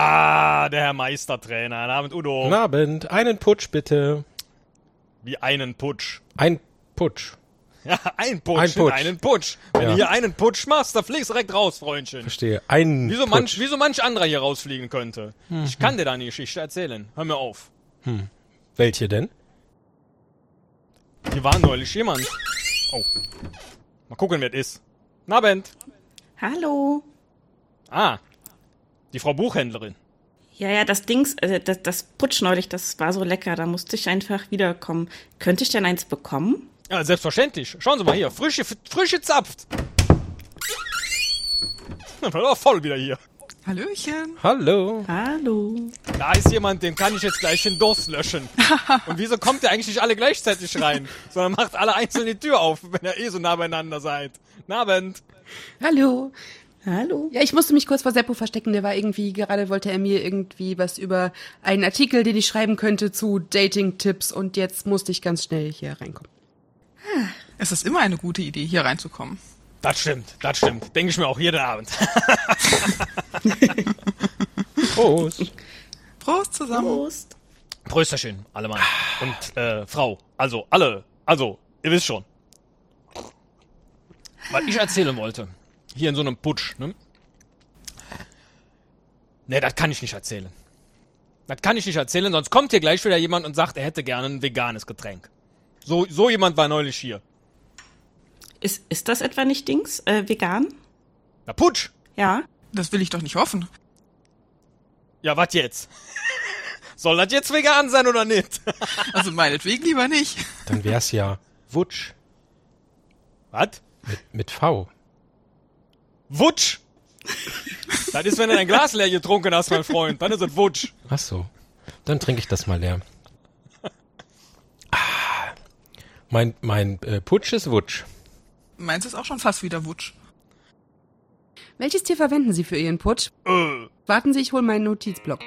Ah, der Herr Meistertrainer. Guten Abend, Udo. Guten Abend. Einen Putsch bitte. Wie einen Putsch. Ein Putsch. Ja, ein Putsch. Ein Putsch. Einen Putsch. Wenn Ja. du hier einen Putsch machst, dann fliegst du direkt raus, Freundchen. Verstehe. Ein Wieso Putsch. Mhm. manch, wieso manch anderer hier rausfliegen könnte. Ich kann dir da eine Geschichte erzählen. Hör mir auf. Welche denn? Hier war neulich jemand. Oh. Mal gucken, wer das ist. Na, Bent. Hallo. Ah. Die Frau Buchhändlerin. Ja, ja, das Dings, äh, das, das Putsch neulich, das war so lecker, da musste ich einfach wiederkommen. Könnte ich denn eins bekommen? Ja, selbstverständlich. Schauen Sie mal hier. Frische, frische Zapft. Dann war doch voll wieder hier. Hallöchen. Hallo. Hallo. Da ist jemand, den kann ich jetzt gleich den Durst löschen. Und wieso kommt der eigentlich nicht alle gleichzeitig rein, sondern macht alle einzeln die Tür auf, wenn ihr eh so nah beieinander seid? Na, Abend. Hallo. Hallo. Ja, ich musste mich kurz vor Seppo verstecken. Der war irgendwie, gerade wollte er mir irgendwie was über einen Artikel, den ich schreiben könnte, zu Dating-Tipps und jetzt musste ich ganz schnell hier reinkommen. Es ist immer eine gute Idee, hier reinzukommen. Das stimmt, das stimmt. Denke ich mir auch jeden Abend. Prost. Prost zusammen. Prost. Prösterchen, alle Mann. Und äh, Frau. Also, alle. Also, ihr wisst schon. Was ich erzählen wollte. Hier in so einem Putsch, ne? Ne, das kann ich nicht erzählen. Das kann ich nicht erzählen, sonst kommt hier gleich wieder jemand und sagt, er hätte gerne ein veganes Getränk. So, so jemand war neulich hier. Ist, ist das etwa nicht Dings? Äh, vegan? Na, Putsch! Ja. Das will ich doch nicht hoffen. Ja, was jetzt? Soll das jetzt vegan sein oder nicht? Also meinetwegen lieber nicht. Dann wär's ja Wutsch Was? mit V. Wutsch! Das ist, wenn du dein Glas leer getrunken hast, mein Freund. Dann ist es Wutsch. Ach so. Dann trinke ich das mal leer. Ah. Mein, mein äh, Putsch ist Wutsch. Meins ist auch schon fast wieder Wutsch. Welches Tier verwenden Sie für Ihren Putsch? Äh, Warten Sie, ich hole meinen Notizblock.